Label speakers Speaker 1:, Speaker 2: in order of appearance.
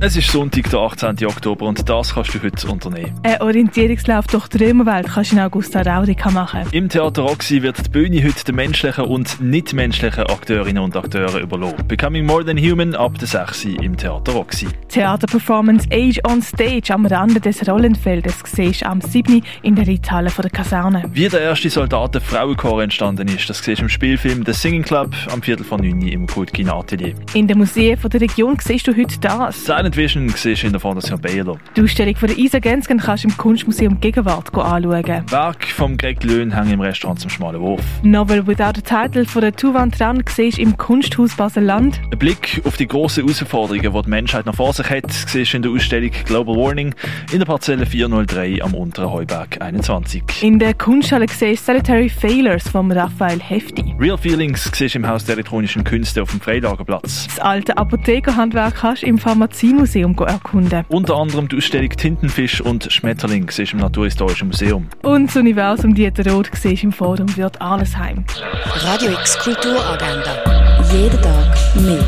Speaker 1: Es ist Sonntag, der 18. Oktober, und das kannst du heute unternehmen.
Speaker 2: Ein Orientierungslauf durch die Römerwelt kannst du in Augusta Raurica machen.
Speaker 1: Im Theater Roxy wird die Bühne heute den menschlichen und nicht-menschlichen Akteurinnen und Akteuren überlassen. Becoming More Than Human ab der 6. im Theater Roxy.
Speaker 2: Theaterperformance Age on Stage am Rande des Rollenfeldes siehst du am 7. in der Reithalle der Kaserne.
Speaker 1: Wie der erste Soldaten-Frauenchor entstanden ist, das siehst du im Spielfilm The Singing Club am Viertel von 9 Uhr im Kultkinatelier.
Speaker 2: In den Museen der Region siehst du heute das.
Speaker 1: Silent Silent Vision siehst in der Fondation Baylor.
Speaker 2: Die Ausstellung von der Isa Gensken kannst du im Kunstmuseum Gegenwart anschauen.
Speaker 1: Werk von Greg Löhn hängen im Restaurant zum Schmalen Wurf.
Speaker 2: Novel Without a Title von der Tuvan Tran siehst im Kunsthaus Basel-Land.
Speaker 1: Ein Blick auf die grossen Herausforderungen, die die Menschheit noch vor sich hat, siehst in der Ausstellung Global Warning in der Parzelle 403 am unteren Heuberg 21.
Speaker 2: In der Kunsthalle siehst du Solitary Failures von Raphael Hefti.
Speaker 1: Real Feelings siehst im Haus der elektronischen Künste auf dem Freilagerplatz.
Speaker 2: Das alte Apothekerhandwerk kannst du im Pharmazie Museum erkunden.
Speaker 1: Unter anderem die Ausstellung Tintenfisch und Schmetterling siehst im Naturhistorischen Museum.
Speaker 2: Und das Universum Dieter Roth siehst im Forum Wird alles heim.
Speaker 3: Radio X Kulturagenda. Jeden Tag mehr.